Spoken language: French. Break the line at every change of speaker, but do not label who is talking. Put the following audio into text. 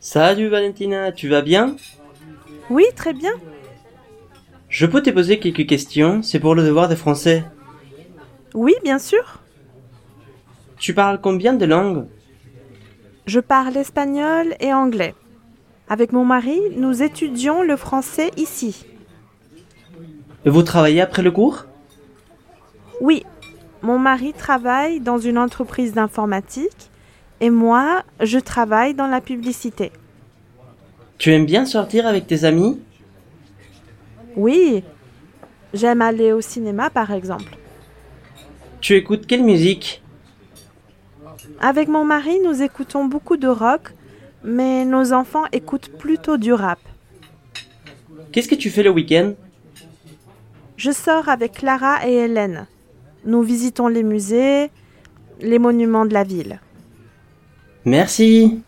Salut Valentina, tu vas bien
Oui, très bien.
Je peux te poser quelques questions, c'est pour le devoir de français.
Oui, bien sûr.
Tu parles combien de langues
Je parle espagnol et anglais. Avec mon mari, nous étudions le français ici.
Et vous travaillez après le cours
Oui, mon mari travaille dans une entreprise d'informatique et moi, je travaille dans la publicité.
Tu aimes bien sortir avec tes amis
Oui, j'aime aller au cinéma par exemple.
Tu écoutes quelle musique
Avec mon mari, nous écoutons beaucoup de rock, mais nos enfants écoutent plutôt du rap.
Qu'est-ce que tu fais le week-end
Je sors avec Clara et Hélène. Nous visitons les musées, les monuments de la ville.
Merci